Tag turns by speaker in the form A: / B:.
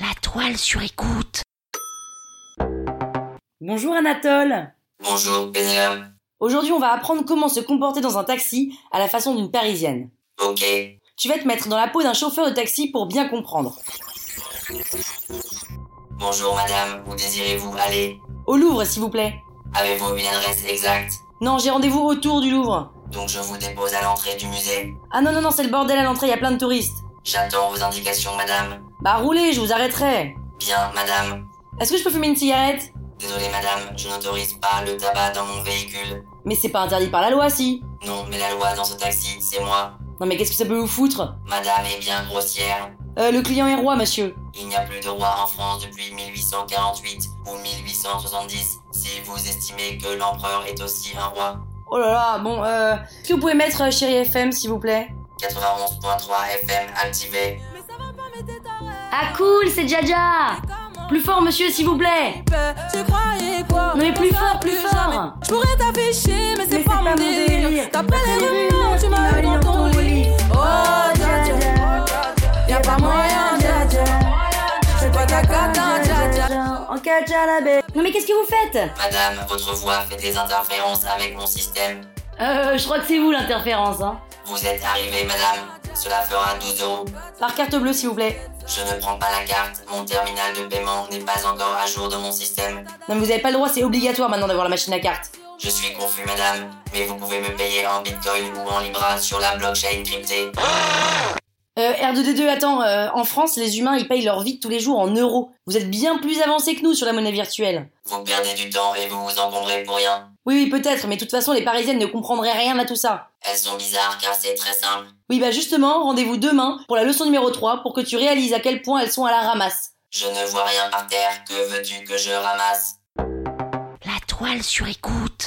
A: La toile sur écoute. Bonjour Anatole.
B: Bonjour Pénélope.
A: Aujourd'hui, on va apprendre comment se comporter dans un taxi à la façon d'une parisienne.
B: Ok.
A: Tu vas te mettre dans la peau d'un chauffeur de taxi pour bien comprendre.
B: Bonjour madame, où désirez-vous aller
A: Au Louvre, s'il vous plaît.
B: Avez-vous une adresse exacte
A: Non, j'ai rendez-vous autour du Louvre.
B: Donc je vous dépose à l'entrée du musée.
A: Ah non, non, non, c'est le bordel à l'entrée, il y a plein de touristes.
B: J'attends vos indications madame.
A: Bah roulez, je vous arrêterai.
B: Bien madame.
A: Est-ce que je peux fumer une cigarette
B: Désolé madame, je n'autorise pas le tabac dans mon véhicule.
A: Mais c'est pas interdit par la loi, si.
B: Non, mais la loi dans ce taxi, c'est moi.
A: Non mais qu'est-ce que ça peut vous foutre
B: Madame est bien grossière.
A: Euh, Le client est roi, monsieur.
B: Il n'y a plus de roi en France depuis 1848 ou 1870 si vous estimez que l'empereur est aussi un roi.
A: Oh là là, bon, euh... Est-ce que vous pouvez mettre euh, Chérie FM, s'il vous plaît
B: 91.3 FM activé.
A: Ah cool, c'est Jaja Plus fort, monsieur, s'il vous plaît
C: Tu croyais quoi
A: Non mais plus fort, plus fort
C: Je pourrais t'afficher, mais
A: Mais
C: c'est pas mon délire. T'appelles les rumeurs, tu m'as eu dans ton lit. Oh, dja dja, y'a pas moyen, dja dja. C'est pas ta cata, dja dja.
A: En cajalabe. Non mais qu'est-ce que vous faites
B: Madame, votre voix fait des interférences avec mon système.
A: Euh, je crois que c'est vous l'interférence, hein.
B: Vous êtes arrivé, madame. Cela fera 12 euros.
A: Par carte bleue, s'il vous plaît.
B: Je ne prends pas la carte. Mon terminal de paiement n'est pas encore à jour dans mon système.
A: Non mais vous avez pas le droit, c'est obligatoire maintenant d'avoir la machine à carte.
B: Je suis confus, madame. Mais vous pouvez me payer en bitcoin ou en libra sur la blockchain cryptée.
A: Euh, R2D2, attends, euh, en France, les humains, ils payent leur vie de tous les jours en euros. Vous êtes bien plus avancés que nous sur la monnaie virtuelle.
B: Vous perdez du temps et vous vous encombrez pour rien.
A: Oui, oui, peut-être, mais de toute façon, les Parisiennes ne comprendraient rien à tout ça.
B: Elles sont bizarres car c'est très simple.
A: Oui, bah justement, rendez-vous demain pour la leçon numéro 3 pour que tu réalises à quel point elles sont à la ramasse.
B: Je ne vois rien par terre. Que veux-tu que je ramasse
A: La toile sur écoute.